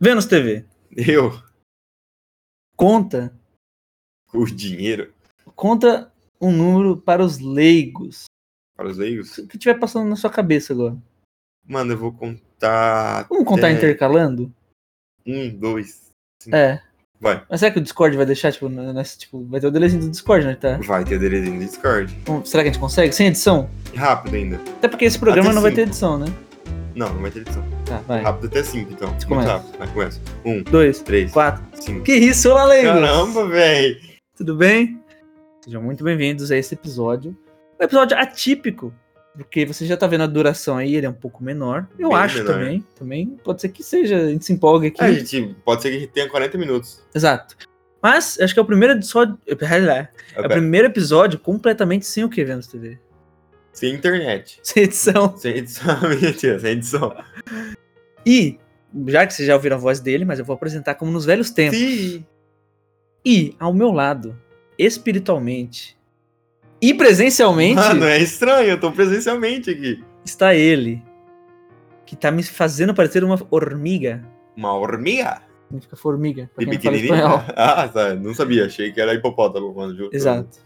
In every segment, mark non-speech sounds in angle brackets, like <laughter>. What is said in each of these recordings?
Vênus TV, Eu, conta, o dinheiro conta um número para os leigos. para os leigos. O que tiver passando na sua cabeça agora. Mano, eu vou contar. Vamos contar É. intercalando? Um, dois. É. Vai. Mas será que o Discord vai deixar, tipo, nessa, tipo vai ter o delezinho do Discord, né? Tá? Vai ter dele no Discord. Bom, Será que a gente consegue? Sem edição? Rápido ainda. Até porque esse programa Até não vai cinco. ter edição, né? Não, não vai ter edição. Tá, vai. Rápido até cinco, então. Muito Começa. rápido. Vai, começa. Um, Dois, três, quatro. cinco. Que isso, olá, leigos! Caramba, véi. Tudo bem? Sejam muito bem-vindos a esse episódio. Um episódio atípico, porque você já tá vendo a duração aí, ele é um pouco menor. Eu Bem acho menor. É, também, também. Pode ser que seja, a gente se empolga aqui. A gente pode ser que a gente tenha 40 minutos. Exato. Mas acho que é o primeiro episódio. É o Opa, primeiro episódio completamente sem o que vemos TV. Sem internet. <laughs> Sem edição. Sem edição, <laughs> mentira, sem edição. E, já que vocês já ouviram a voz dele, mas eu vou apresentar como nos velhos tempos. Sim. E, ao meu lado, espiritualmente e presencialmente, Mano, é estranho, eu tô presencialmente aqui. está ele. Que tá me fazendo parecer uma formiga. Uma hormiga? Significa formiga, pra quem De não fala pequenininha? espanhol. <laughs> Ah, tá, não sabia, achei que era hipopótamo. Mano, juro. Exato.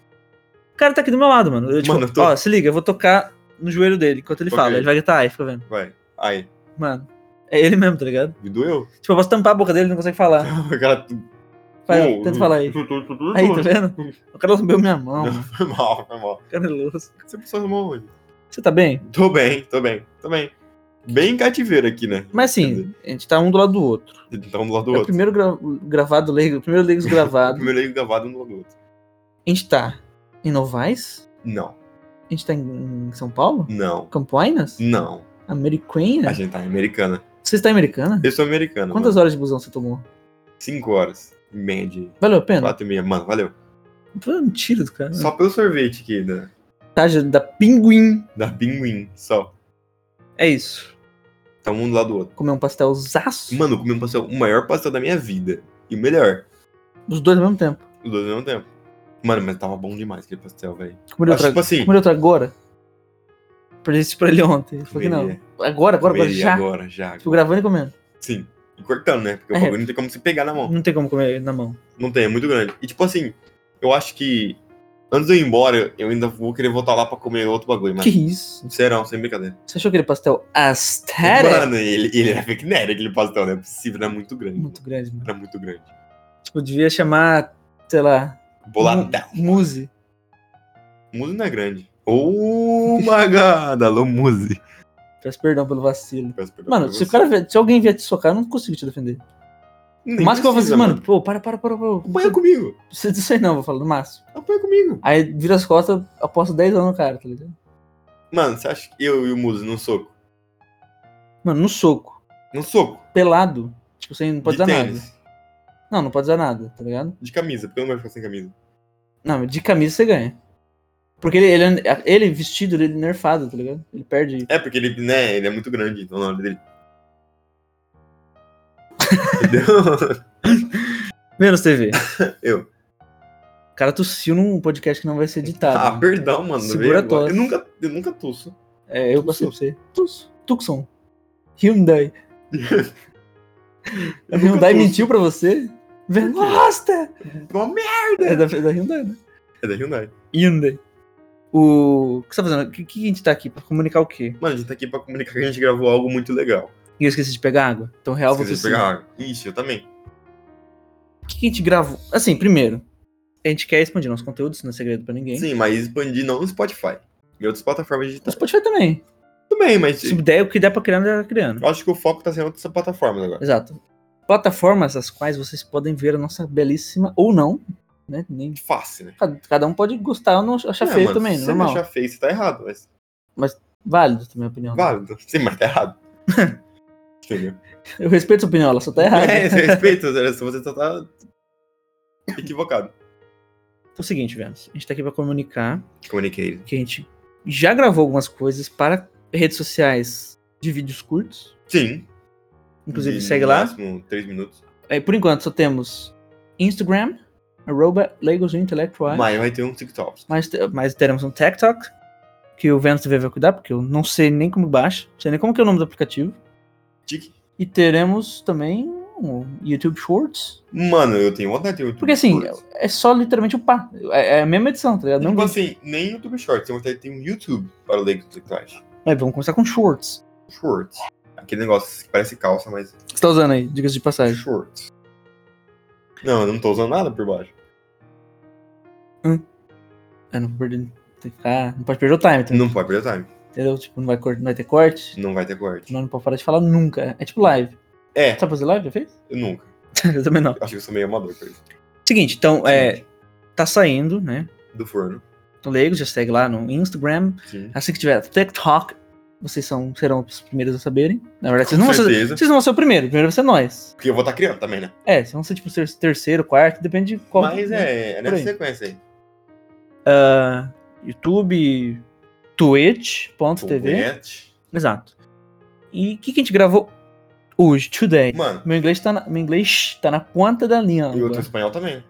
O cara tá aqui do meu lado, mano. Eu, tipo, Mano, eu tô- Ó, se liga, eu vou tocar no joelho dele enquanto ele Ok. fala. Ele vai gritar, ai, fica vendo. Vai, ai, Mano, é ele mesmo, tá ligado? me doeu. <laughs> Tipo, eu posso tampar a boca dele, ele não consegue falar. O cara... Vai, Oh, tenta falar aí. Aí, tá vendo? O cara lambeu minha mão, mano. Foi mal, foi mal. caneloso. Você passou no mão hoje. Você tá bem? Tô bem, tô bem, tô bem. Bem cativeiro aqui, né? Mas assim, a gente tá um do lado do outro. Então, um do lado do É o outro. primeiro gra- gravado leigo, o primeiro leigos gravado. Primeiro aí gravado um do lado do outro. A gente tá em Novais? Não, A gente tá em em São Paulo? não, Campoinas? não. A Ameriquinha? gente tá em americana. Você está em Americana? Eu sou É. americano. Quantas horas de busão você tomou? mano. Cinco horas, em média. Valeu a pena? Quatro e meia, mano, valeu. Foi um tiro do cara. Só pelo sorvete aqui, né? Taja da Pinguim. Da pinguim, só. É isso. Tá um do lado do outro. Comer um pastelzaço. Mano, eu comi um pastel, o maior pastel da minha vida. E o melhor. Os dois ao mesmo tempo. Os dois ao mesmo tempo. Mano, mas tava bom demais aquele pastel, velho. Comer outra Tipo assim. Comer outro agora? Perdi isso pra ele ontem. Ele falou que não. comeria, Agora, agora, agora, comeria já. Agora, já. Tipo, gravando e comendo. Sim. E cortando, né? Porque É. o bagulho não tem como se pegar na mão. Não tem como comer na mão. Não tem, é muito grande. E tipo assim, eu acho que antes de eu ir embora, eu ainda vou querer voltar lá pra comer outro bagulho, mas. Que isso? Serão, sem brincadeira. Você achou aquele pastel Astera? Mano, ele, ele era fake nerd aquele pastel, não é possível, era muito grande. Muito grande, mano. Era muito grande. Tipo, devia chamar, sei lá, Boladão. Mu- Muse. Hum. Muzi não é grande. Oh my god, alô Muzi. Peço perdão pelo vacilo. Peço perdão Mano, pra se, o você. cara vier- se alguém vier te socar, eu não consigo te defender. Nem O máximo que eu vou fazer, precisa, mano, pô, para, para, para, para. Apanha Não comigo. precisa disso aí não, vou falar, no máximo. Apanha comigo. Aí vira as costas, aposto 10 anos no cara, tá ligado? Mano, você acha que eu e o Muzi não soco? Mano, no soco, Não soco. pelado, tipo, você não pode de dar tênis. nada. Não, não pode usar nada, tá ligado? De camisa, porque eu não vou ficar sem camisa. Não, mas de camisa você ganha. Porque ele, ele, ele vestido, ele é nerfado, tá ligado? Ele perde. É, porque ele, né, ele é muito grande, então na <laughs> hora dele. Entendeu? Menos TV. <laughs> Eu. O cara tossiu num podcast que não vai ser editado. né? ah, perdão, mano. Tá Segura veio a agora. tosse. Eu nunca, eu nunca tuço. É, eu passei pra você. Tucson. Tucson. Hyundai. A nunca Hyundai tuço. mentiu pra você? Velosta! Uma merda. É da, é da Hyundai, né? É da Hyundai. Hyundai. O. O que você tá fazendo? O que, que a gente tá aqui? Pra comunicar o quê? Mano, a gente tá aqui pra comunicar que a gente gravou algo muito legal. E eu esqueci de pegar água. Então, real, vou Esqueci de tossir. pegar água. Ixi, eu também. O que, que a gente gravou? Assim, primeiro, a gente quer expandir nosso conteúdo, isso não é segredo pra ninguém. Sim, mas expandi não no Spotify. Em outras plataformas No digitais. Spotify também. Também, mas Se der, o que der pra criar, não tá criando. eu acho que o foco tá sendo outras plataformas agora. Exato. Plataformas as quais vocês podem ver a nossa belíssima, ou não, né? Nem, Fácil, né? cada- cada um pode gostar ou não achar É, feio mano, também, se você não normal. achar feio, você tá errado, mas Válido, na minha opinião. válido. <laughs> Sim, mas <laughs> tá errado. Entendeu? Eu respeito sua opinião, ela só tá errada. É, você respeita, Zé, se você só tá equivocado. Então é o seguinte, Vênus, a gente tá aqui pra comunicar Comuniquei. que a gente já gravou algumas coisas para redes sociais de vídeos curtos. Sim. Inclusive, de segue no lá. Máximo três minutos. É, por enquanto só temos Instagram, arroba Legos Intellectual. Mas vai ter um TikTok. Mas, te- mas teremos um Tech Talk, que o Vênus TV vai cuidar, porque eu não sei nem como baixa, não sei nem como que é o nome do aplicativo. Tic. E teremos também um YouTube Shorts. Mano, eu tenho vontade de ter um YouTube Porque assim, Shorts. é só literalmente o pá. É é a mesma edição, tá ligado? Tipo Não vi- assim, nem YouTube Shorts, tem vontade de ter um YouTube para o Lake do Clash. Mas vamos começar com Shorts. Shorts. Aquele negócio que parece calça, mas O que você tá usando aí, dicas de é passagem. shorts. Não, eu não tô usando nada por baixo. Eu É, não vou perder. tem que ficar- não pode perder o time, tá? Não pode perder time. entendeu? Tipo, não vai, cor- não vai ter corte. Tipo, Não vai ter corte. Não, não pode parar de falar nunca. É tipo live. É, Sabe fazer live? Já fez? eu nunca. <laughs> eu também não. Eu Acho que eu sou meio amador por isso. Seguinte, então, é, tá saindo, né? Do forno. Então, leigos, já segue lá no Instagram. Sim. Assim que tiver TikTok, vocês são, serão os primeiros a saberem. Na verdade, vocês Com não, vão ser, certeza. vocês não vão ser o primeiro. O primeiro vai ser nós. Porque eu vou estar criando também, né? É, vocês vão ser tipo ter- terceiro, quarto, depende de qual. Mas é, é por nessa aí. sequência aí. Ah, YouTube, Twitch.tv. Foguete. Exato. E o que, que a gente gravou hoje, today? Mano, Meu inglês tá na, meu inglês tá na ponta da língua. e outro espanhol também.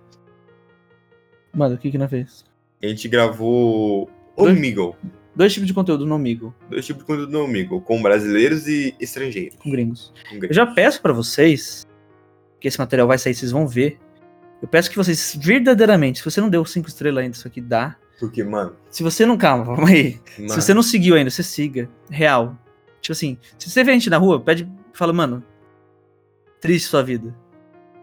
Mano, o que que nós fez? A gente gravou Dois- Omigo. Dois tipos de conteúdo no Amigo, Dois tipos de conteúdo no Omigo. Com brasileiros e estrangeiros. com gringos. Com Eu gringos. já peço pra vocês que esse material vai sair, vocês vão ver. Eu peço que vocês verdadeiramente, se você não deu cinco estrelas ainda, isso aqui dá. Porque, mano... Se você não, calma, <laughs> calma aí. mano Se você não seguiu ainda, você siga. Real. Tipo assim, se você vê a gente na rua, pede, fala, mano, triste sua vida.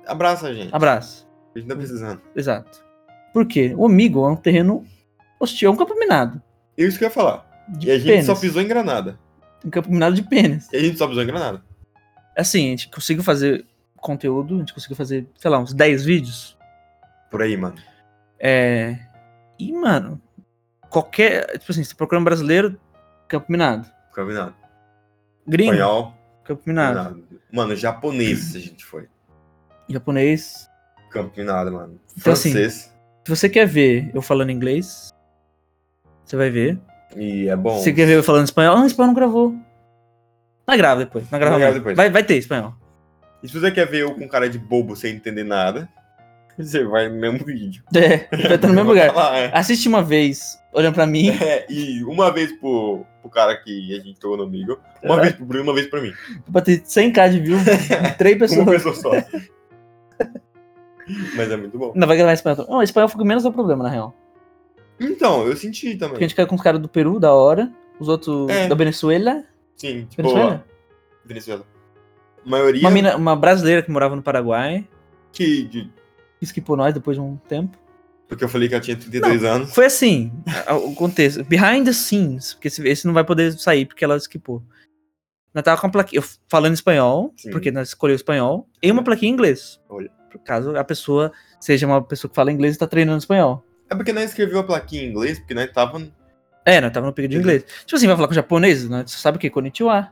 Abraça a gente. Abraço. A gente tá precisando. Exato. Por quê? O amigo é um terreno hostil, é um campo minado. E É isso que eu ia falar. De E a gente pênis. só pisou em Granada. Um campo minado de pênis. E a gente só pisou em Granada. Assim, a gente conseguiu fazer conteúdo, a gente conseguiu fazer, sei lá, uns 10 vídeos. Por aí, mano. É. E, mano, qualquer. Tipo assim, você procura um brasileiro, campo minado. Combinado. Gringo, Espanhol, campo minado. Combinado. Mano, japonês a gente foi. Japonês. Campinado, mano. Então, assim, Francês. Se você quer ver eu falando inglês, você vai ver. E é bom. Se você quer ver eu falando espanhol, ah, espanhol não gravou. Não grava depois, não grava Não grava mais. depois. Vai, vai ter espanhol. <laughs> E se você quer ver eu com cara de bobo sem entender nada, <laughs> você vai no mesmo vídeo. É, vai estar no mesmo lugar. Lá, é. Assiste uma vez, olhando pra mim. É, e uma vez pro, pro cara que a gente tocou no amigo, uma vez pro Bruno, uma vez pra mim. Pra ter 100k de <laughs> view, três Com <laughs> uma pessoas. pessoa só. Mas é muito bom. Não, vai gravar em espanhol. Não, espanhol fica menos o problema, na real. Então, eu senti Porque a também. gente caiu com os caras do Peru, da hora. Os outros É. da Venezuela. Sim, tipo, Venezuela? ó, Venezuela. Maioria né? Uma, mina, uma brasileira que morava no Paraguai, que, que- que esquipou nós depois de um tempo. Porque eu falei que ela tinha 33 anos. Foi assim, a- o contexto. Behind the scenes, porque esse, esse não vai poder sair porque ela esquipou. Nós tava com a plaquinha, eu falando espanhol, Sim. Uhum. porque nós escolheu espanhol, e uma plaquinha em inglês. Olha. Por caso a pessoa seja uma pessoa que fala inglês e tá treinando espanhol. É porque nós escreveu a plaquinha em inglês, porque nós tava É, nós tava no Uhum. período de inglês. Tipo assim, vai falar com japonês, né? Você sabe o que? Konnichiwa.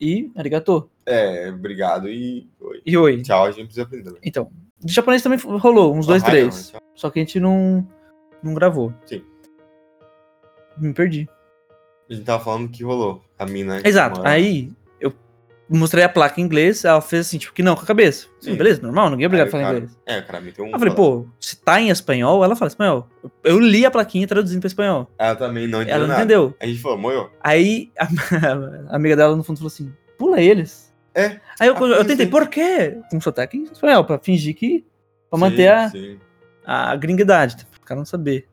E arigato. É, obrigado e oi. E oi. Tchau, a gente precisa aprender. né? Então, de japonês também rolou, uns dois, Ah, três. não, tchau. Só que a gente não, não gravou. Sim. Me perdi. A gente tava falando que rolou. A mina. que Exato. mora- Aí eu mostrei a placa em inglês, ela fez assim, tipo, que não, com a cabeça. Sim, Sim. beleza, normal, ninguém é obrigado Aí a falar o cara- inglês. É, o cara meteu um. Eu falei, falou. pô, se tá em espanhol, ela fala espanhol. Eu li a plaquinha traduzindo pra espanhol. Ela também não entendeu ela não nada. entendeu. A gente falou, moio. Aí a, <laughs> a amiga dela no fundo falou assim: pula eles. É. Aí eu, Ah, eu sim, tentei, sim. por quê? Com um sotaque em espanhol, pra fingir que. pra Sim, manter a, sim. a gringuidade, tá? pra ficar não saber.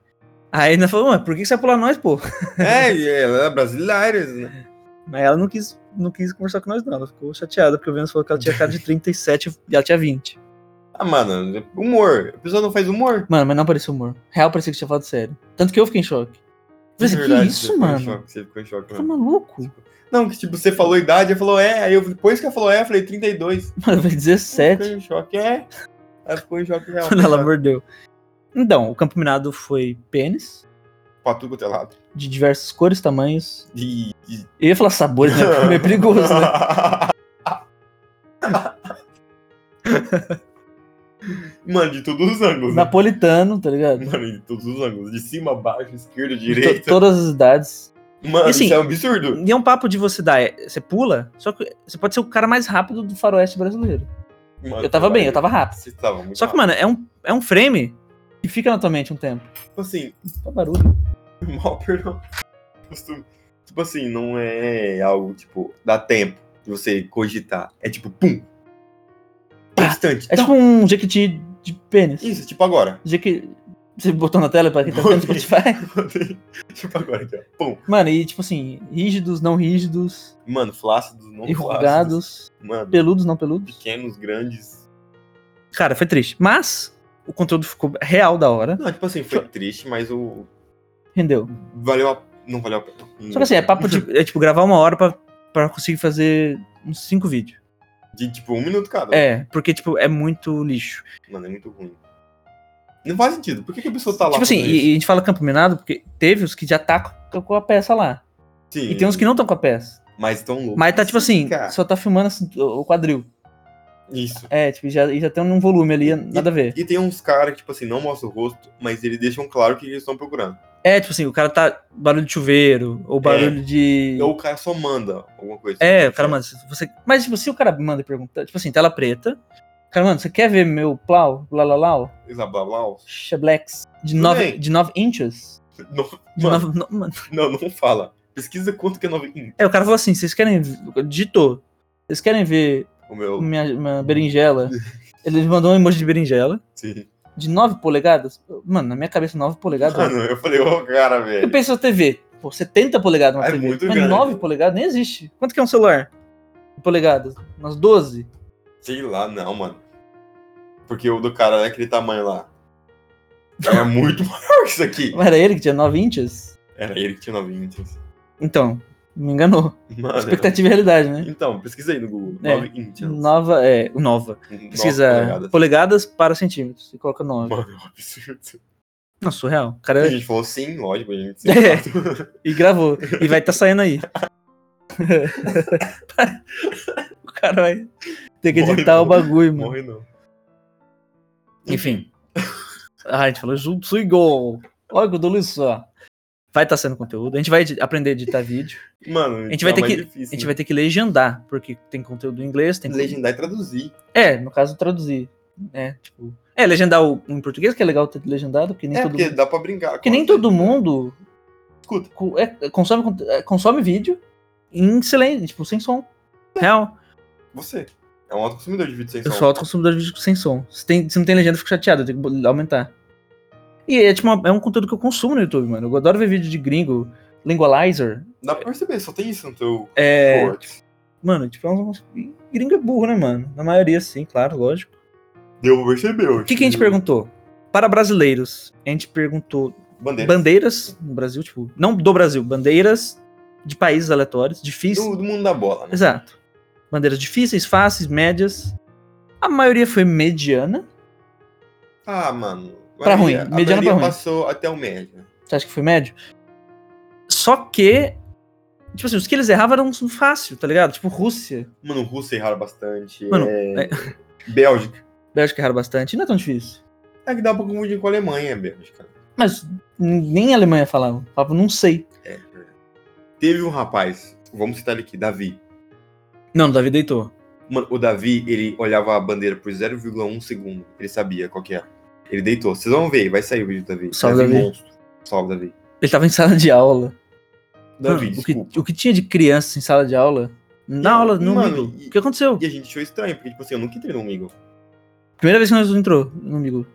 Aí ela falou, mas por que que você vai pular nós, pô? É, e ela era brasileira, né? Mas ela não quis, não quis conversar com nós, não. Ela ficou chateada, porque o Vênus falou que ela tinha cara de 37 <laughs> e ela tinha 20. Ah, mano, humor. A pessoa não faz humor. Mano, mas não parecia humor. Real parecia que tinha falado sério. Tanto que eu fiquei em choque. Eu falei De assim, que verdade, você isso, ficou em mano? choque, Você ficou em choque, Tá mano. maluco? Não, que tipo, você falou idade, ela falou é. Aí eu, depois que ela falou é, eu falei 32. Mano, eu falei Ficou 17. <laughs> em choque, é. Ela ficou em choque real. Mano, ela mordeu. Então, o campo minado foi pênis, Pra tudo quanto é lado. de diversas cores, tamanhos. De. de... <laughs> Eu ia falar sabores, né? Porque é meio perigoso, né? Mano, de todos os ângulos. né? Napolitano, tá ligado? Mano, de todos os ângulos. De cima, baixo, esquerda, To- direita. Todas as idades. Mano, assim, isso é um absurdo. E é um papo de você dar. é, Você pula, só que você pode ser o cara mais rápido do faroeste brasileiro. Mano, Eu tava bem, eu tava rápido. Você tava muito Só que, mano, é um, é um frame que fica na tua mente um tempo. Tipo assim, Só barulho. <laughs> mal perdão. Costume. Tipo assim, não é algo, tipo, dá tempo de você cogitar. É tipo, pum. Pá! bastante. É tipo um jequiti de pênis. Isso, tipo agora. <laughs> Jequi... Você botou na tela pra quem tá vendo no Spotify? <laughs> tipo agora aqui, ó. Pum. Mano, e tipo assim, rígidos, não rígidos, Mano, flácidos, não flácidos. enrugados, Mano, peludos, não peludos. pequenos, grandes. Cara, foi triste. Mas o conteúdo ficou real da hora. Não, tipo assim, foi triste, mas o. Rendeu. Valeu a. Não valeu a pena. Um Só que assim, é papo de. É tipo gravar uma hora pra, pra conseguir fazer uns cinco vídeos. <laughs> De tipo um minuto cada. É, porque, tipo, é muito lixo. Mano, é muito ruim. Não faz sentido. Por que, que a pessoa tá lá? tipo assim, fazendo e, isso? e a gente fala campo minado porque teve os que já tá com, com a peça lá. Sim, E tem uns que não estão com a peça. Mas tão louco. Mas tá tipo assim, Cara, só tá filmando assim, o o quadril. Isso. É, tipo, já, e já tem um volume ali, nada a ver. E tem uns caras que, tipo assim, não mostram o rosto, mas eles deixam claro o que eles estão procurando. É, tipo assim, o cara tá barulho de chuveiro, É. ou barulho de. Ou Então, o cara só manda alguma coisa. É, o cara manda. se Você... Mas, tipo, se o cara manda e pergunta, tipo assim, tela preta. Cara, mano, você quer ver meu plau, blá blá blá, Blá, blá, blá. Xablex, de Tudo bem. 9 de nove inches? <laughs> Não, De mano, nove- no- mano. não, não fala. Pesquisa quanto que é 9 in. É, o cara falou assim, vocês querem. ver- Digitou. Vocês querem ver O meu. minha, minha <laughs> berinjela? Ele mandou um emoji de berinjela, Sim. de 9 polegadas. Mano, na minha cabeça, 9 polegadas. Mano, eu falei, ô cara, Eu velho. penso na TV. Pô, 70 polegadas uma É TV. muito mas grande. 9 polegadas nem existe. Quanto que é um celular? De Polegadas? Umas 12? Sei lá, não, mano. Porque o do cara é aquele tamanho lá. Era muito <laughs> maior que isso aqui. Não era ele que tinha 9 inches? Era ele que tinha 9 inches. Então, me enganou. Mano. Expectativa e realidade, né? Então, pesquisa aí no Google. É. 9 inches. Nova, é, nova. Nove Pesquisa polegadas. polegadas. para centímetros e coloca 9. tá Mano, é um absurdo. Nossa, surreal. O A cara gente falou sim, lógico, a gente <laughs> É. sim. e gravou. E vai estar saindo <laughs> aí. <laughs> o cara vai ter que Morre, editar o morre, bagulho, mano. Morre não. Enfim. <laughs> Ah, a gente falou junto igual. Olha que delícia. Vai estar sendo conteúdo. A gente vai edi- aprender a editar vídeo. Mano, A gente vai ter tá mais que- A Difícil, gente né? vai ter que legendar, porque tem conteúdo em inglês, tem conteúdo- legendar e traduzir. É, no caso, traduzir. É, tipo... É, legendar o, em português, que é legal ter legendado, porque nem é, todo porque mundo... dá pra brincar. Porque nem todo mundo Escuta. co- é, é, consome, conte- é, consome vídeo em silêncio, tipo, sem som. É. Real. Você. É um alto consumidor de vídeo sem Eu som. sou autoconsumidor de vídeo sem som. Se, tem- se não tem legenda, eu fico chateado, eu tenho que bo- aumentar. E é, tipo, uma- é um conteúdo que eu consumo no YouTube, mano. Eu adoro ver vídeo de gringo, lingualizer. Dá pra perceber, só tem isso no teu É, short. Mano, tipo, é um, e gringo é burro, né, mano? Na maioria, sim, claro, lógico. Deu pra perceber. O que, que a Uhum. gente perguntou? Para brasileiros, a gente perguntou Bandeira. bandeiras no Brasil, tipo, não do Brasil, bandeiras de países aleatórios, difíceis. Do, do mundo da bola, né? Exato. Bandeiras difíceis, fáceis, médias. A maioria foi mediana. Ah, mano. Pra ruim, A mediano pra maioria ruim. passou até o médio. Você acha que foi médio? Só que, tipo assim, os que eles erravam eram uns fácil, tá ligado? Tipo, Rússia. Mano, Rússia erraram bastante. Mano, é... Bélgica. Bélgica erraram bastante. Não é tão difícil. É que dá pra confundir com a Alemanha, Bélgica. Mas n- nem a Alemanha falava. Falava, não sei. É. Teve um rapaz, vamos citar ele aqui, Davi. Não, o Davi deitou. Mano, o Davi, ele olhava a bandeira por 0,1 segundo. Ele sabia qual que era. Ele deitou. Vocês vão ver, vai sair o vídeo do Davi. Salve, Davi. monstro. Salve, Davi. Ele tava em sala de aula. Davi, Mano, o, desculpa. que, o que tinha de criança em sala de aula? Na Não, aula, no mano, umbigo. e- O que aconteceu? E a gente achou estranho, porque, tipo assim, eu nunca entrei no amigo. Primeira vez que nós entrou no umbigo.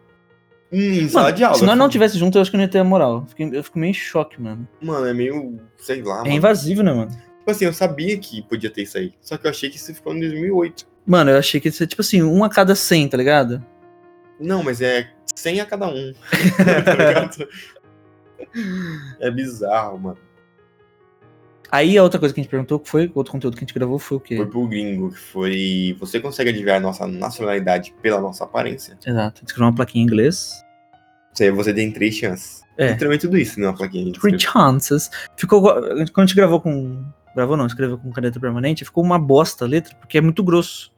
em Hum, sala de aula. Se nós Eu não falei, tivesse junto, eu acho que eu não ia ter moral. Eu fiquei- eu fico meio em choque, mano. Mano, é meio. Sei lá, é mano. invasivo, né, mano? Tipo assim, eu sabia que podia ter isso aí. Só que eu achei que isso ficou em 2008. Mano, eu achei que ia ser tipo assim, um a cada 100, tá ligado? Não, mas é 100 a cada um. <laughs> tá <laughs> ligado? É bizarro, mano. Aí a outra coisa que a gente perguntou que foi, outro conteúdo que a gente gravou foi o quê? Foi pro gringo, que foi. Você consegue adivinhar nossa nacionalidade pela nossa aparência? Exato, escreveu uma plaquinha em inglês. Isso aí é você tem três chances. É. Literalmente tudo isso numa plaquinha. de Three escrever. chances. Ficou. Quando a gente gravou com. Gravou não, escreveu com caneta permanente, ficou uma bosta a letra, porque é muito grosso.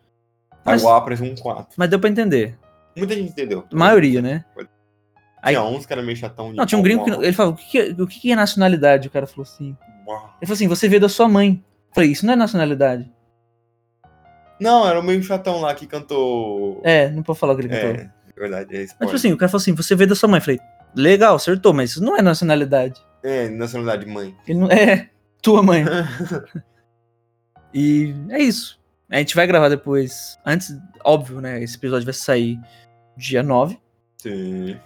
Aí Mas, o A parece um 4. mas deu pra entender. Muita gente entendeu. A maioria, né? Aí... Tinha uns caras meio chatão. de Não, tinha um gringo que. pau, Ele falou, o que, que é- o que que é nacionalidade? O cara falou assim. pau. Ele falou assim, você veio da sua mãe. Eu falei, isso não é nacionalidade. Não, era o meio chatão lá que cantou. É, não pode falar o que ele É, cantou. verdade. É, Mas spoiler. tipo assim, o cara falou assim, você veio da sua mãe. Eu falei, legal, acertou, mas isso não é nacionalidade. <laughs> é nacionalidade mãe. Ele não é tua mãe. E é isso. A gente vai gravar depois. Antes, óbvio, né? Esse episódio vai sair dia 9. Sim.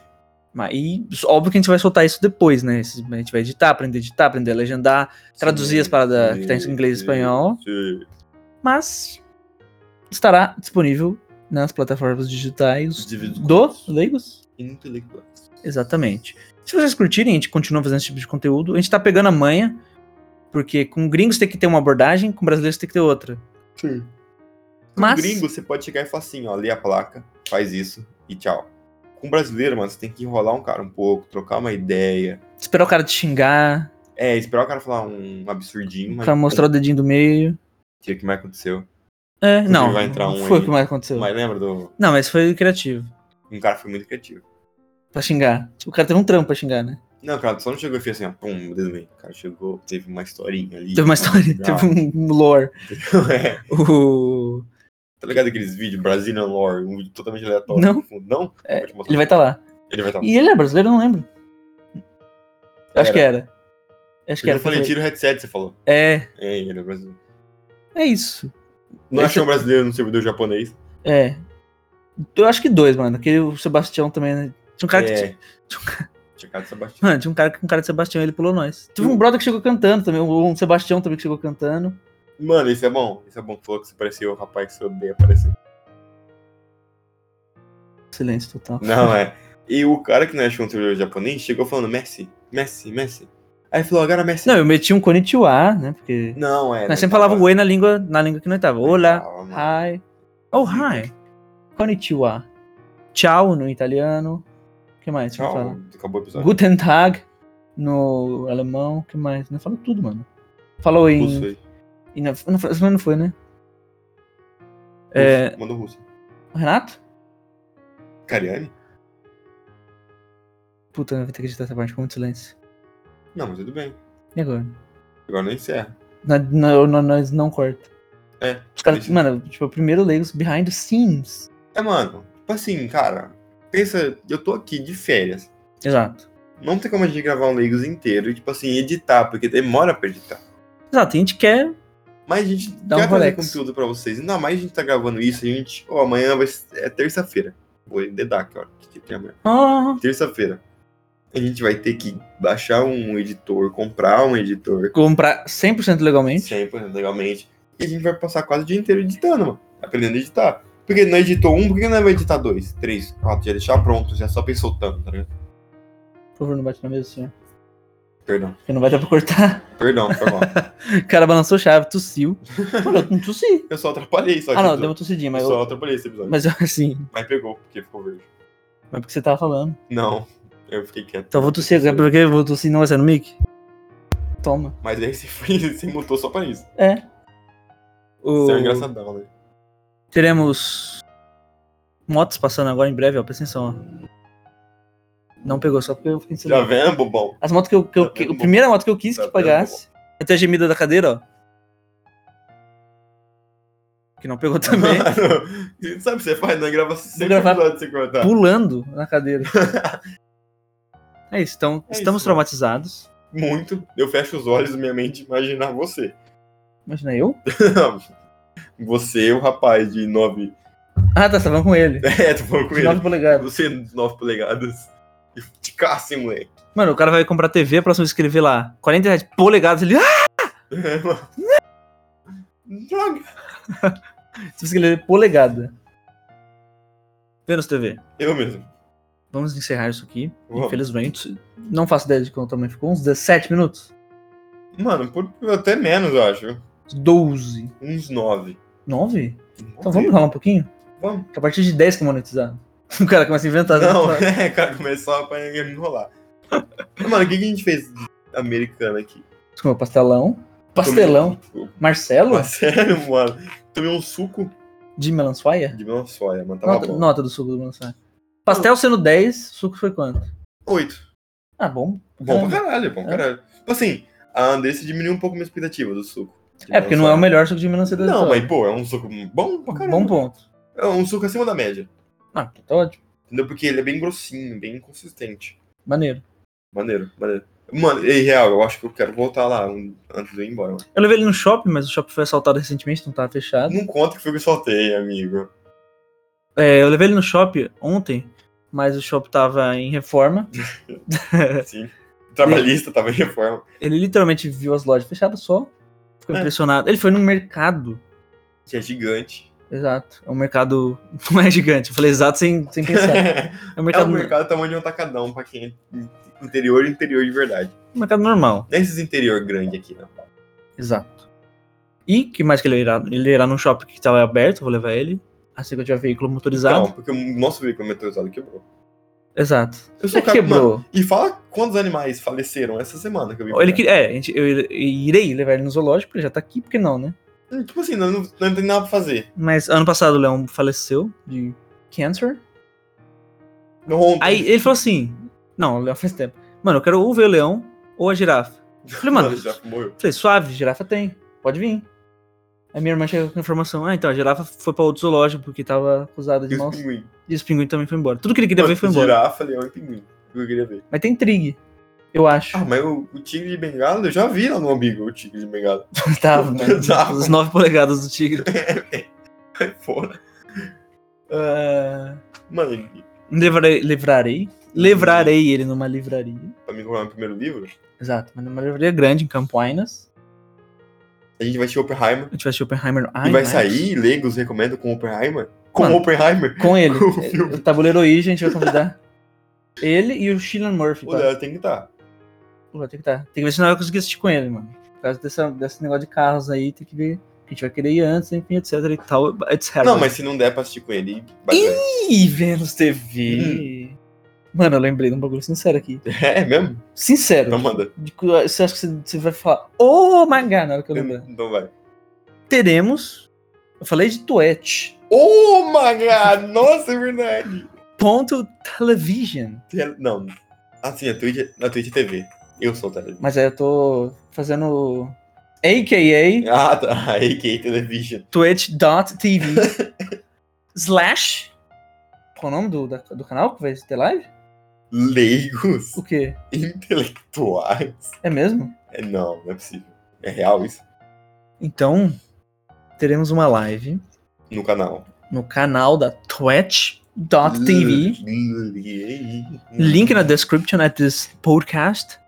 Mas, e óbvio que a gente vai soltar isso depois, né? Esse- A gente vai editar, aprender a editar, aprender a legendar, traduzir as paradas que tá em inglês e sim, espanhol. sim. Mas estará disponível nas plataformas digitais Dividido com do isso. Leigos. Intelectuais. Exatamente. Se vocês curtirem, a gente continua fazendo esse tipo de conteúdo. A gente tá pegando a manha, porque com gringos tem que ter uma abordagem, com brasileiros tem que ter outra. Sim. Mas- Com gringo, você pode chegar e falar assim, ó, lê a placa, faz isso e tchau. Com brasileiro, mano, você tem que enrolar um cara um pouco, trocar uma ideia. Esperar o cara te xingar, É, esperar o cara falar um absurdinho, mas pra mostrar o dedinho do meio. o que mais aconteceu. É, Inclusive, não. vai entrar um foi aí. o que mais aconteceu. Mas lembra do. Não, mas foi criativo. Um cara foi muito criativo. Pra xingar. Tipo, o cara teve um trampo pra xingar, né? Não, cara, só não chegou e fez assim, ó, pum, desmei. O cara chegou, teve uma historinha ali. Teve uma história, legal. teve um lore. <laughs> É, O... tá ligado aqueles vídeos, Brazilian Lore, um vídeo totalmente aleatório. Não. no fundo? Não? É, Vou te mostrar. Ele vai estar tá lá. Ele vai estar lá. E ele é brasileiro, eu não lembro. Eu acho Era. que era. Eu Acho que Porque era. Eu falei, tira o headset, você falou. É, É, ele é brasileiro. é isso. Não Esse- achei um brasileiro no servidor japonês. É. Eu acho que dois, mano. Aquele o Sebastião também, né? Tinha um cara que. é. tinha- Checado Sebastião. Mano, tinha um cara que um cara de Sebastião, ele pulou nós. Teve um brother que chegou cantando também, um Sebastião também que chegou cantando. Mano, esse é bom. Esse é bom. Tu Falou que você parecia o rapaz que você odeia aparecer. Silêncio total. Não, é. E o cara que não achou um servidor japonês chegou falando Messi, Messi, Messi. Aí falou, agora Messi. Não, eu meti um Konnichiwa, né? Porque. Não, é. nós sempre falava o oi na língua, na língua que não tava. Olá, Ah, Olá. hi. Oh, hi. Uhum. Konnichiwa. Tchau no italiano. O que mais? Deixa eu Tchau. falar. Acabou o episódio. Guten Tag no alemão. O que mais? Não fala tudo, mano. Falou Russo em. aí. E na, na França mas não foi, né? É, Russo. Mandou russo. O Renato? Cariani? Puta, eu vou ter que editar essa parte com muito silêncio. Não, mas tudo bem. E agora? Agora não encerra. Na- na- na- nós não corta. É, Os caras, deixa. mano, tipo, o primeiro Legos behind the scenes. É, mano. Tipo assim, cara. Pensa, eu tô aqui de férias. Exato. Não tem como a gente gravar um Legos inteiro e, tipo assim, editar, porque demora pra editar. Exato, e a gente quer. Mas a gente Dá um quer trazer Rolex. conteúdo pra vocês. Ainda mais a gente tá gravando isso, a gente. Ó, amanhã vai ser- é terça-feira. Vou dedar que hora que tem amanhã. Ah, Terça-feira. A gente vai ter que baixar um editor, comprar um editor. comprar 100% legalmente. Sempre, legalmente. E a gente vai passar quase o dia inteiro editando, mano. Aprendendo a editar. Porque não editou um, por que não vai editar dois, três, quatro? Já deixar pronto, já só pra ir soltando, tá ligado? Por favor, não bate na mesa, senhor. Perdão, Porque não vai dar pra cortar. perdão, <laughs> foi mal. O cara balançou chave, <laughs> tossiu. Mano, eu não tossi. Eu só atrapalhei só. Ah, não, gente. deu uma tossidinha, Eu mas só eu. atrapalhei esse episódio. Mas eu, <laughs> assim. Mas pegou, porque ficou verde. Mas porque você tava falando. Não, eu fiquei quieto. Então eu vou tossir agora, porque eu vou tossir não vai ser no mic? Toma. Mas aí você, foi, <laughs> você mutou só pra isso. É. O... Isso é um engraçadão, né? Teremos motos passando agora em breve, ó. Presta atenção, ó. Não pegou, só porque eu fiquei em Já silêncio. vendo, bobão? As motos que eu. Que eu Já que, vendo, a primeira moto que eu quis Já que vendo, pagasse. Até a gemida da cadeira, ó. Que não pegou também. <laughs> Mano, você sabe o que você faz? Não grava sempre gravar- episódio sem cortar. pulando na cadeira. É isso, então É estamos isso, mano. traumatizados. Muito. Eu fecho os olhos minha mente imaginar você. <laughs> Imagina eu? você, o rapaz de 9. Ah, tá, você tava com ele. <laughs> É, tô falando com De 9 ele. polegadas. Você, 9 polegadas. E de caça, hein, moleque. <laughs> Mano, o cara vai comprar TV, a próxima vez que ele vê lá 47 polegadas, ele. <laughs> Ah! É, mano. Droga. Se você quiser polegada. Vênus TV. Eu mesmo. Vamos encerrar isso aqui. Vamos. Infelizmente, não faço ideia de quanto também ficou. Uns 17 minutos? Mano, por, até menos, eu acho. 12. Uns 9. 9? Então vamos enrolar um pouquinho? Vamos. Que a partir de 10 que é monetizado. <laughs> O cara começa a inventar. né? Não, <laughs> é, cara, começou pra enrolar. Mano, o que, que a gente fez de americano aqui? Desculpa, pastelão. Pastelão. Tomei- Marcelo? Pô, sério, mano. Tomei um suco De melansfaia? de melancia, mano. Tava Nota, Tá bom. nota do suco do melansfaia. Pastel sendo 10, suco foi quanto? Oito. Ah, bom. Caramba. Bom pra caralho, É. bom pra caralho. Tipo assim, a Andressa diminuiu um pouco minha expectativa do suco. de É, porque não é o melancia. melhor suco de melancia da Não, história. mas pô, é um suco bom pra caralho. Bom ponto. É um suco acima da média. Ah, tá ótimo. Entendeu? Porque ele é bem grossinho, bem consistente. Maneiro. Maneiro, maneiro. Mano, é real, eu acho que eu quero voltar lá um- antes de eu ir embora. mano. Eu levei ele no shopping, mas o shopping foi assaltado recentemente, não tava fechado. Não conta que foi que eu soltei, <laughs> amigo. É, eu levei ele no shopping ontem, mas o shopping tava em reforma. Sim. Trabalhista, tava em reforma. Ele literalmente viu as lojas fechadas só, ficou É. impressionado. Ele foi num mercado, Que é gigante. exato. É um mercado, <laughs> não é gigante, eu falei exato sem, sem pensar. É um <laughs> É mercado, um mercado tamanho de um tacadão, pra quem é interior, interior de verdade. um mercado normal, Não é esses interior grande aqui, não. exato. E que mais que ele irá? Ele irá num shopping que tava aberto, eu vou levar ele. Assim que eu tiver veículo motorizado. Não, porque o nosso veículo motorizado quebrou. Exato. Eu sou Ele o cara, mano, quebrou. E fala quantos animais faleceram essa semana que eu vi. Ele que, é, a gente- eu ir- irei levar ele no zoológico, ele já tá aqui, porque não, né? Hum, Tipo assim, não, não, não tem nada pra fazer. Mas ano passado o Leão faleceu de câncer. Não ontem. Aí ele falou assim: Não, o Leão faz tempo. Mano, eu quero ou ver o Leão ou a girafa. Eu falei, mano, já morreu. falei, suave, girafa tem, pode vir. Aí minha irmã chegou com a informação: Ah, então a girafa foi pra outro zoológico porque tava acusada E de os mal. pinguim. E os pinguins também foi embora. Tudo que ele queria ver Mano, foi embora. Girafa, leão e pinguim. Eu queria ver. Mas tem trigue, eu acho. Ah, mas o, o tigre de bengala, eu já vi lá no amigo o tigre de bengala. <laughs> <laughs> tava, né? Ah, Tava. Os nove polegadas do <laughs> tigre. Aí fora. Ah, Mano, ele- livrarei, livrarei. Livrarei ele numa livraria. pra me comprar meu primeiro livro, Exato, mas numa livraria grande em Campoinas. a gente vai assistir Oppenheimer. A gente vai assistir Oppenheimer no e vai IMAX. sair, Legos recomenda com Oppenheimer. Com Mano. Oppenheimer. Com ele. <laughs> O filme. o tabuleiro aí, a gente vai convidar. ele e o Sheelan Murphy. O tá? Léo tem que estar. Pô, tem, que tá. tem que ver se não vai conseguir assistir com ele, mano. Por causa dessa- desse negócio de carros aí, tem que ver. A gente vai querer ir antes, enfim, etc e tal, etc. Não, mas se não der pra assistir com ele, vai ver. Ih, Vênus TV. Hum. Mano, eu lembrei de um bagulho sincero aqui. <laughs> É mesmo? Sincero. Então manda. De cu- Você acha que você, você vai falar, oh my god, na hora que eu lembrar. Então vai. Teremos. Eu falei de Twitch. Oh my god! Nossa, é verdade! Ponto television. Tele- Não. Assim, a Twitch, é- a Twitch é TV. Eu sou o televisão. Mas aí eu tô fazendo. AKA Ah, tá. <laughs> AK Television. twitch.tv <laughs> slash. Qual é o nome do, da- do canal que vai ter live? Leigos O quê? intelectuais. É mesmo? É, não, não é possível. É real isso? Então, teremos uma live No canal. no canal da twitch.tv. Link na description at this podcast.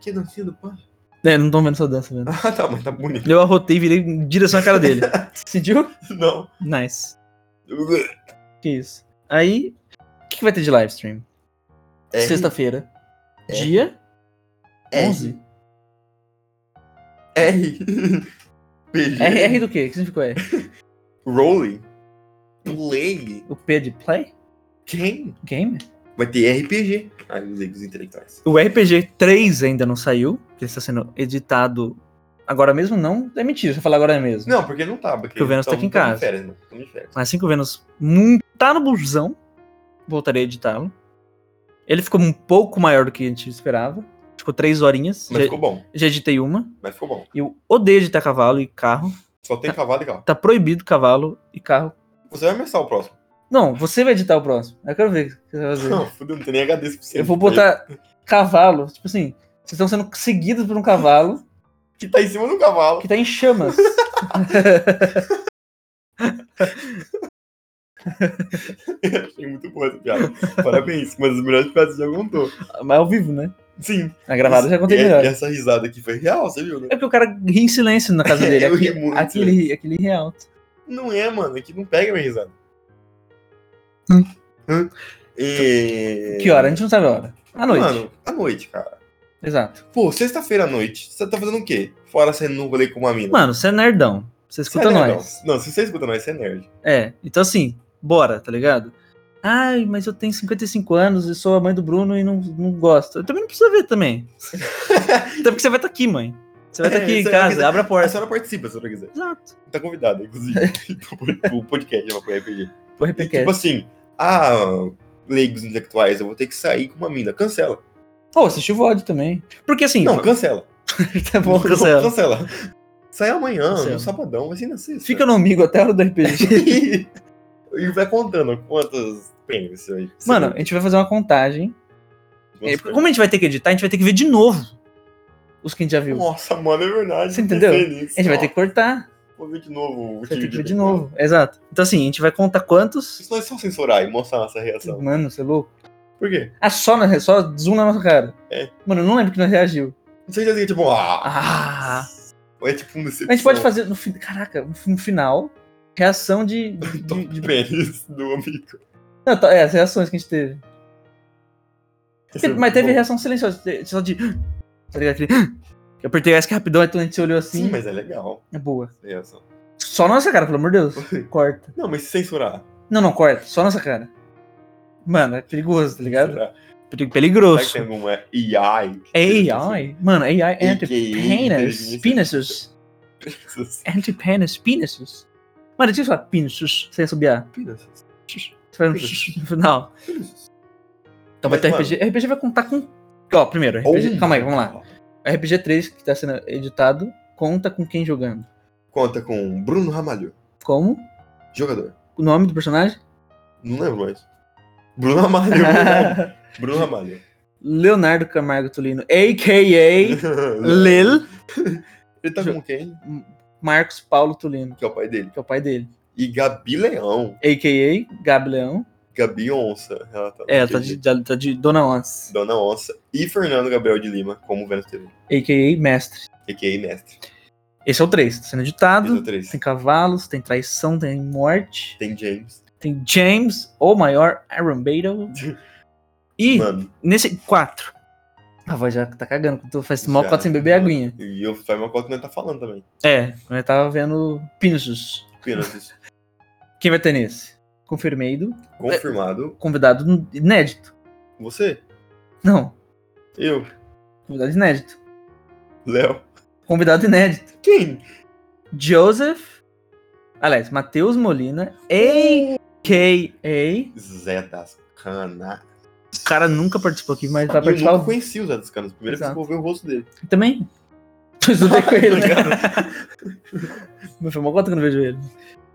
Que dancinha do pá? É, não tô vendo essa dança, vendo? <laughs> Ah, tá, mas tá bonito. Eu arrotei e virei em direção à cara dele. Sentiu? Não. É Nice. Que isso. Aí, o que, que vai ter de livestream? É. Sexta-feira. É. Dia É. 11. R. <laughs> PG. R, R do quê? O que significa R? Rolling. Play. O P de play? Quem? Game? Vai ter RPG. Ai, os leigos intelectuais. O RPG 3 ainda não saiu, que ele está sendo editado agora mesmo, não. É mentira, se eu falar agora mesmo. Não, porque não tá. Porque Porque o Vênus tá tamo- aqui em tamo de casa. Férias, mano. Tamo de férias. Mas assim que o Vênus mu- tá no busão, voltarei a editá-lo. Ele ficou um pouco maior do que a gente esperava. Ficou três horinhas. Mas Já, ficou bom. já editei uma. Mas ficou bom. Eu odeio editar cavalo e carro. Só tem cavalo e carro. Tá proibido cavalo e carro Você vai ameaçar o próximo. Não, você vai editar o próximo. Eu quero ver o que você vai fazer. <laughs> Não, fudeu, não tem nem HD suficiente. eu vou botar cavalo, tipo assim, vocês estão sendo seguidos por um cavalo Que tá em cima do cavalo. <laughs> que tá em chamas. Achei muito boa essa piada. Parabéns, uma das melhores piadas que você já contou. Mas ao vivo, né? Sim. Na gravada eu já contei e, é- melhor. E essa risada aqui foi real, você viu, né? É porque o cara ri em silêncio na <laughs> casa dele. É, Eu ri é Aqui- muito. né? Aquele, ri- aquele ri alto. Não é, mano. Aqui não pega minha risada. Hum. Hum. E- Que hora? A gente não sabe a hora. À noite. Mano, à noite, cara. Exato. Pô, sexta-feira à noite, você tá fazendo o quê? Fora saindo num rolê com uma mina. Mano, você é nerdão. Você Você escuta é nerdão. nós. Não, se você escuta nós, você é nerd. É. Então assim, bora, tá ligado? Ai, mas eu tenho 55 anos e sou a mãe do Bruno e não, não gosto. Eu também não preciso ver <laughs> também. Até porque você vai estar aqui, mãe. Você vai estar É, aqui em você vai casa, estar- abre a A porta. senhora participa, se a senhora quiser. Exato. Tá <laughs> convidada, inclusive. o podcast já vai RPG. Vou E, repetir. tipo assim, ah, leigos intelectuais, eu vou ter que sair com uma mina. Cancela. Ou assistir o VOD também. Porque assim. assim- Não, cancela. <laughs> tá bom, cancela. Não, cancela. Sai amanhã, Cancela. no sabadão, vai ser na sexta. Fica no amigo até a hora do <laughs> RPG. e vai contando quantos prêmios você vai- Mano, a gente vai fazer uma contagem É, como a gente vai ter que editar, a gente vai ter que ver de novo os que a gente já viu. Nossa, mano, é verdade. Você entendeu? pensei nisso. A gente vai ter que cortar, Vou ver de novo. o vai ter que vídeo ver de depois. novo. Exato. Então assim, a gente vai contar quantos. Se nós só censurar e mostrar nossa reação. Mano, você é louco. Por quê? Ah, só, na, só zoom na nossa cara. É. Mano, eu não lembro que nós reagiu. Não sei se é tipo, ah, Ah! ou é tipo um decepção. A gente pode fazer no fim. Caraca, no final. Reação de. <laughs> de- de- Top de- pênis <laughs> do amigo. Não, tá- é, as reações que a gente teve. Esse é Mas muito teve bom. reação silenciosa. te- Só de. <gasps> Tá ligado? Aquele- <gasps> Eu apertei essa que rapidão, então a gente se olhou assim. Sim, mas é legal. É boa. essa Reação. Só nossa cara, pelo amor de Deus. Corta. Não, mas se censurar. Não, não, corta. Só nossa cara. Mano, é perigoso, tá ligado? Será, Peri- será que Peligroso. tem assim. alguma AI? É AI. Mano, é AI anti-penis. inteligência Penises. Essas Anti-penis. Penises. Mano, deixa eu falar penises. Sem assobiar. penas. Você faz um Penises. shh no final. Então vai Mas, ter mano- RPG. RPG vai contar com. Ó, primeiro, RPG... Oh, calma aí, vamos lá. ó. RPG 3, que tá sendo editado, conta com quem jogando. Conta com Bruno Ramalho, Como? jogador. O nome do <laughs> personagem? Não lembro mais. Bruno Ramalho. <laughs> é verdade. Bruno Ramalho. Leonardo Camargo Tolino, a.k.a. Lil Ele tá com quem? Marcos Paulo Tolino, Que é o pai dele. que é o pai dele. E Gabi Leão. A.k.a. Gabi Leão. Gabi Onça. Ela tá, É, ela tá de, ela tá de Dona Once. Dona Onça. E Fernando Gabriel de Lima, como Vênus TV. A.k.a. Mestre. A.K.A. Mestre. Esse é o 3, tá sendo Esse é editado. o três. Tem cavalos, tem traição, tem morte. Tem James. Tem James, ou maior, Iron Beetle. E Mano. nesse 4. A voz já tá cagando, porque tu faz mal já- cota sem beber aguinha. E eu faz uma cota que nós tá falando também. É, quando eu tava vendo Pinchos. Pênaltis. Quem vai ter nesse? Confirmado. Confirmado. Convidado inédito. Você, Não, eu, convidado inédito. Léo. Convidado inédito. Quem? Joseph. Aliás, Matheus Molina. A.K.A. Zé das Canas. O cara nunca participou aqui, mas vai E eu participar. nunca conheci o Zé das Canas. Primeiro Exato. eu vez que eu vi o <laughs> rosto dele. Tá Também. Eu estudei com ele, né? Cara, Mas foi uma cota que eu não vejo ele.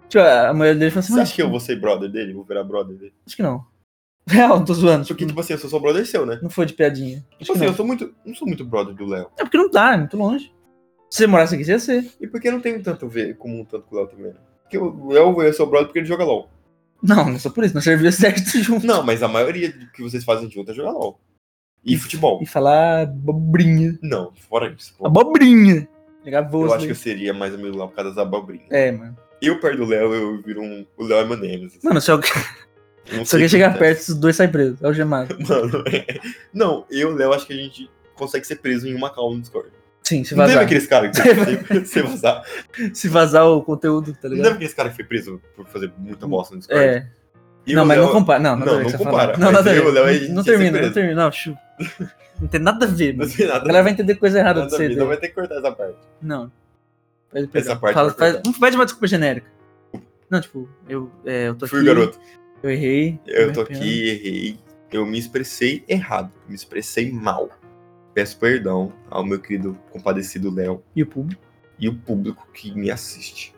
Tipo, a mulher dele falou assim: Você mas acha que eu vou ser brother dele? Vou virar brother dele? Acho que não. <laughs> Real, não tô zoando. Só Tipo, que, tipo assim, eu sou só brother seu, né? não foi de piadinha. Acho Tipo que assim, não. eu sou muito. Não sou muito brother do Léo. É porque não dá, é muito longe. Se você morasse aqui, você ia ser. E por que eu não tenho tanto ver comum tanto com o Léo também, né? Porque o Léo é seu brother porque ele joga LOL. Não, não é só por isso. Não servia <laughs> certo junto. Não, mas a maioria do que vocês fazem junto é jogar LOL. E futebol. E falar abobrinha. Não, fora isso. pô. Abobrinha! Jogar vôlei. Eu acho que eu seria mais amigo do Léo por causa das abobrinhas. É, mano. Eu perto do Léo, eu viro um. O Léo é meu nemesis. Mano, se alguém, Eu não se sei alguém o que chegar acontece. perto, os dois saem presos. É o gemado. Mano, <laughs> é. não, eu e o Léo acho que a gente consegue ser preso em uma call no Discord. Sim, se não teve vazar. aqueles caras que você, você vazar. Se vazar o conteúdo, tá Não ligado? teve aqueles caras que foi preso por fazer muita bosta no Discord. É. E não, o mas Léo- não compara. Não, nada a Não, ver não com essa compara, parada. mas tá Não, nada a eu, ver. o Léo, é a gente Não ia ser termina, não preso. termina. Não, <laughs> chu. Não tem nada a ver, Não mano. tem A nada. galera vai entender coisa errada nada do CD. Não vai ter que cortar essa parte. Não. Pede Essa perdão. parte Fala- vai faz- cortar. Pede uma desculpa genérica. Não, tipo, eu, é, eu tô Fui o aqui. garoto. Eu errei. Eu me tô arrependo. aqui, errei. Eu me expressei errado. Me expressei mal. Peço perdão ao meu querido compadecido Léo E o público. e o público que me assiste.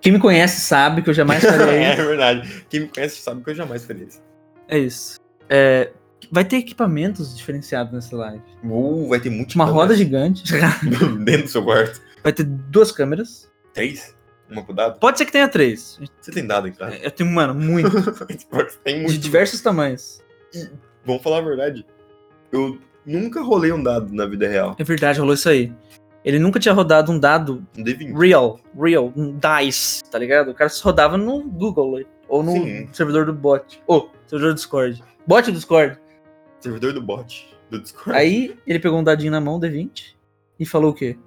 Quem me conhece sabe que eu jamais <laughs> falei. é verdade. Quem me conhece sabe que eu jamais falei isso. É isso. É, vai ter equipamentos diferenciados nessa live. Tipo, Uh, vai ter muito Uma <laughs> roda gigante. <laughs> dentro do seu quarto. Vai ter duas câmeras. Três? Uma pro dado? Pode ser que tenha três. Você tem dado em casa? Eu tenho, mano, muito. <laughs> tem muito. É. de diversos tamanhos. Vamos falar a verdade. Eu nunca rolei um dado na vida real. É verdade, rolou isso aí. Ele nunca tinha rodado um dado Um D20. real, real, um dice, tá ligado? O cara só rodava no Google né? ou no Sim. servidor do bot. Ou, servidor do Discord. Bot do Discord. Servidor do bot, do Discord. Aí ele pegou um dadinho na mão, D20, e falou o quê?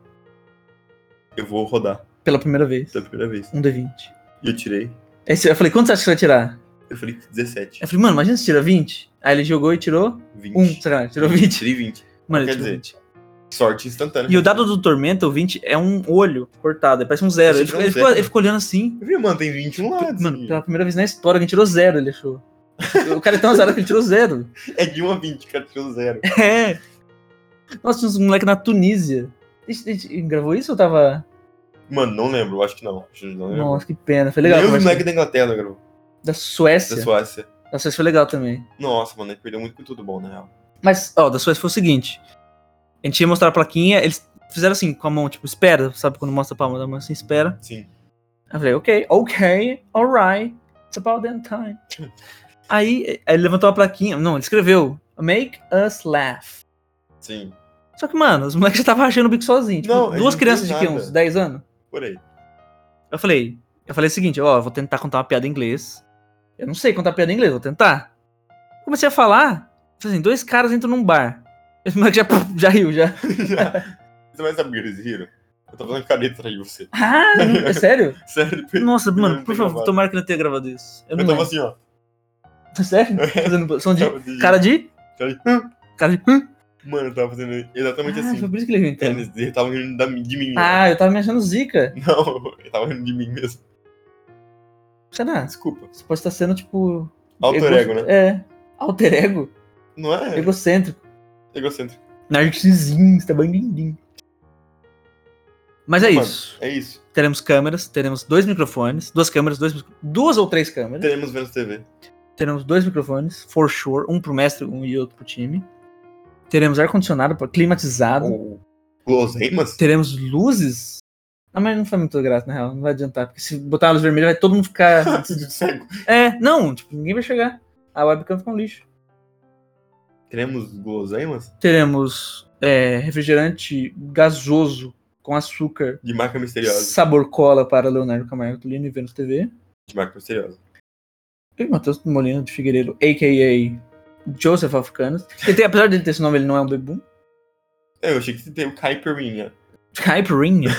Eu vou rodar Pela primeira vez. pela primeira vez. Um D20. E eu tirei. Aí eu falei, quanto você acha que você vai tirar? Eu falei 17. Eu falei, mano, imagina se tira 20. Aí ele jogou e tirou 20. É, um, sacanagem, tirou 20. Tirei 20. Mano, ele Quer tirou dizer, 20. Sorte instantânea. E o dado do Tormenta, o 20, é um olho cortado, parece um zero. Parece Ele, ficou- um ele ficou, zero. assim? ele ficou olhando assim, Eu vi, mano, tem 21 lados. Mano, filho. pela primeira vez na história, alguém tirou zero, ele achou. O cara é tão azarado que ele tirou zero. É de 1 a 20, cara, tirou zero. É. Nossa, tinha uns moleque na Tunísia. A gente- a gente gravou isso ou tava. Mano, não lembro, acho que não. Acho que não lembro. Nossa, que pena. Foi legal. Nem os conversar. moleques da Inglaterra, cara, Da da Suécia. Suécia. Da Suécia foi legal também. Nossa, mano, ele perdeu muito com tudo bom, na real. Mas, ó, da Suécia foi o seguinte. A gente ia mostrar a plaquinha, eles fizeram assim, com a mão, tipo, espera, sabe quando mostra a palma da mão assim, espera. Sim. Aí eu falei, ok, ok, alright, it's about that time. <laughs> Aí ele levantou a plaquinha, não, ele escreveu, make us laugh. Sim. Só que, mano, os moleques já estavam achando o bico sozinho. Tipo, Não, eles duas não crianças de têm quê? nada. Uns 10 anos? Por aí. <laughs> Eu falei, eu falei o seguinte, ó, eu vou tentar contar uma piada em inglês. Eu não sei contar piada em inglês, vou tentar. Comecei a falar, falei assim, dois caras entram num bar. Esse moleque já, <laughs> já riu, já. Já. Você vai saber o que eles riram? Eu tô fazendo caneta atrás de você. Ah, não- é sério? Sério, eu Nossa, não mano, tenho por favor, gravado. tomara que eu não tenha gravado isso. Eu não tava lembro. assim, ó. <laughs> Sério? Fazendo som de... Tava de- Cara de... Cara de- Hum. Cara de... Hum? Mano, eu tava fazendo exatamente Ah, foi assim. por isso que ele riu, então. Eles eles estavam rindo da- de mim. né? Ah, eu tava me achando zica. Não, eu tava rindo de mim mesmo. Será? Desculpa. Você pode estar sendo, tipo... Alter ego, né? É. Alter ego? Não é Egocêntrico. egocêntrico. Narcisinho, está bandidinho. Mas é Mano. isso. É isso. Teremos câmeras, teremos dois microfones, duas câmeras, dois, micro- duas ou três câmeras. Teremos Vênus TV. Teremos dois microfones, for sure, um pro mestre um e outro pro time. Teremos ar-condicionado pra- climatizado. Ou Guloseimas? <laughs> Teremos luzes. Ah, mas não faz muito graça, na real. Não vai adiantar, porque se botar a luz vermelha vai todo mundo <laughs> ficar... Cego. é, não, tipo, ninguém vai chegar. A webcam fica um lixo. Teremos guloseimas? Teremos é, refrigerante gasoso com açúcar De marca misteriosa. Sabor cola para Leonardo Camargo Tolino e Vênus TV. De marca misteriosa. E Matheus Molina de Figueiredo, a.k.a. Joseph Africanos. Ele tem- apesar dele ter esse nome, ele não é um bebum. É, eu achei que tem o Caipirinha. <laughs> Hyperinha.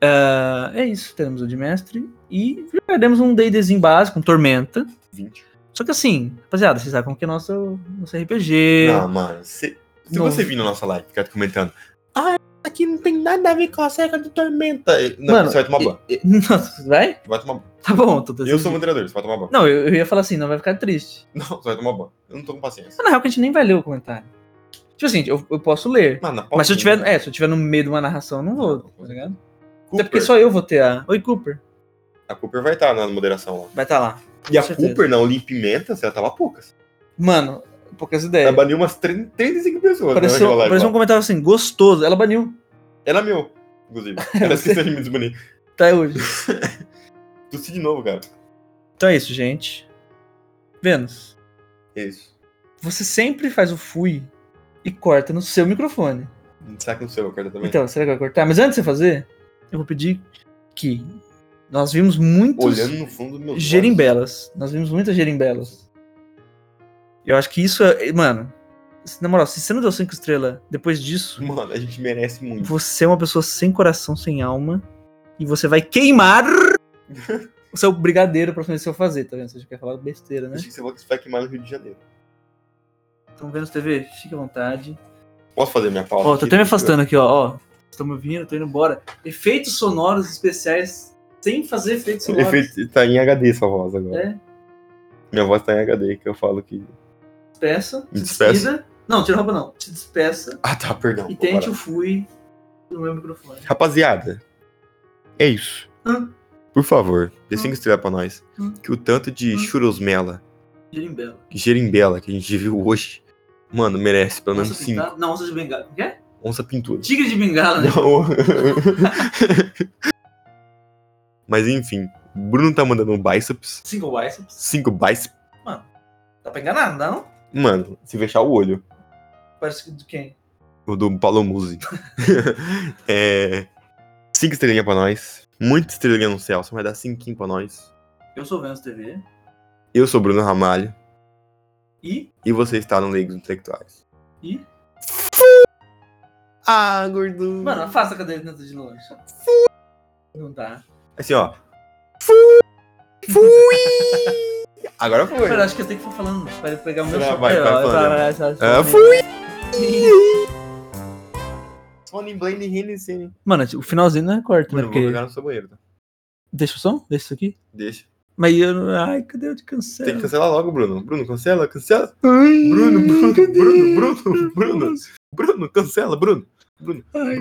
Ah, é isso, teremos o de mestre. E jogaremos um D&Dzinho básico, um Tormenta. 20. Só que assim, rapaziada, vocês sabem como que é nosso, nosso RPG. Não, mano. Se, se Não. você vir na nossa live e ficar comentando. Ah, aqui não tem nada a ver com a seca do Tormenta. Não, Mano, você vai tomar ban. e- e- <laughs> Nossa, vai? Você vai tomar ban. Tá bom, tô Eu sou moderador, você vai tomar ban. <laughs> Não, eu, eu ia falar assim, não vai ficar triste. Não, você vai tomar ban. Eu não tô com paciência. Mas na real que a gente nem vai ler o comentário. Tipo assim, eu, eu posso ler, Mano, Mas se eu tiver, é, se eu tiver no meio de uma narração, eu não vou, tá ligado? Até Cooper, porque só eu vou ter a. Oi, Cooper. A Cooper vai estar na moderação lá. Vai estar tá lá. E a certeza. Cooper, na Olim Pimenta, ela tava poucas. Mano, poucas Ela ideias. baniu umas 30, 35 pessoas. né, É. Pareceu, naquela live pareceu lá. um comentário assim, gostoso. Ela baniu. Ela é meu, <laughs> inclusive. Ela esqueceu de me desbanir. Até Tá hoje. Tossi de novo, cara. então é isso, gente. Vênus, É isso. você sempre faz o fui e corta no seu microfone. Será que não sei, eu quero também. Então, será que vai cortar? Mas antes de você fazer, eu vou pedir que nós vimos muitos Olhando no fundo do meu gerimbelas. Nós vimos muitas gerimbelas. Eu acho que isso é. Mano, se- na moral, se você não deu cinco estrelas depois disso, Mano, a gente merece muito. você é uma pessoa sem coração, sem alma. E você vai <laughs> queimar o seu brigadeiro pra fazer seu fazer, tá vendo? Você já quer falar besteira, né? Acho que você vai- você vai queimar no Rio de Janeiro. Então, vendo TV, fique à vontade. Posso fazer minha pausa? Ó, tô até me afastando aqui, ó. ó. Estão me ouvindo, tô indo embora. Efeitos sonoros especiais sem fazer efeitos sonoros. Efeito, tá em HD sua voz agora. É, Minha voz tá em HD, que eu falo que. despeça. Me se despeço. despida. Não, tira a roupa não. Se despeça. Ah, tá, perdão. E vou parar. tente o fui no meu microfone. Rapaziada, é isso. Hum. Por favor, dê Hum. 5 estrelas pra nós. Hum. Que o tanto de Hum. churosmela, Girimbela. gerimbela que a gente viu hoje, mano, merece pelo menos Onça 5. pintada? Não, onça de bengala. O quê? Onça pintura. Tigre de bengala, né? Não. <laughs> Mas enfim, o Bruno tá mandando um biceps. Single biceps. 5 biceps. Dá pra enganar, não dá não? Mano, se fechar o olho. Parece que do quem? O do Paulo Musi. <laughs> é. 5 estrelinhas pra nós. Muita estrelinha no céu, só vai dar 5 pra nós. Eu sou o Vênus TV. Eu sou o Bruno Ramalho. E E você está no Leigos Intelectuais. Ih. Ah, gordura. Mano, afasta a cadeira dentro de longe. Não dá. Assim, ó. Fui! Fui! <laughs> Agora foi. Cara, acho que eu tenho que ir falando. Para ele pegar o meu Vai, chapéu. vai, vai ó, falando. vai, vai, vai, Ah, vai. fui! Sony Blend Hennessy. Mano, o finalzinho não é corte, né? Mano, eu vou Porque... jogar no seu banheiro, tá? Deixa o som? Deixa isso aqui. Deixa. Mas eu não... Ai, cadê eu te Tem que cancelo? cancelar logo, Bruno. Bruno, cancela, cancela. Bruno, Bruno, Bruno, Bruno, Bruno, Bruno, cancela, Bruno. Bruno.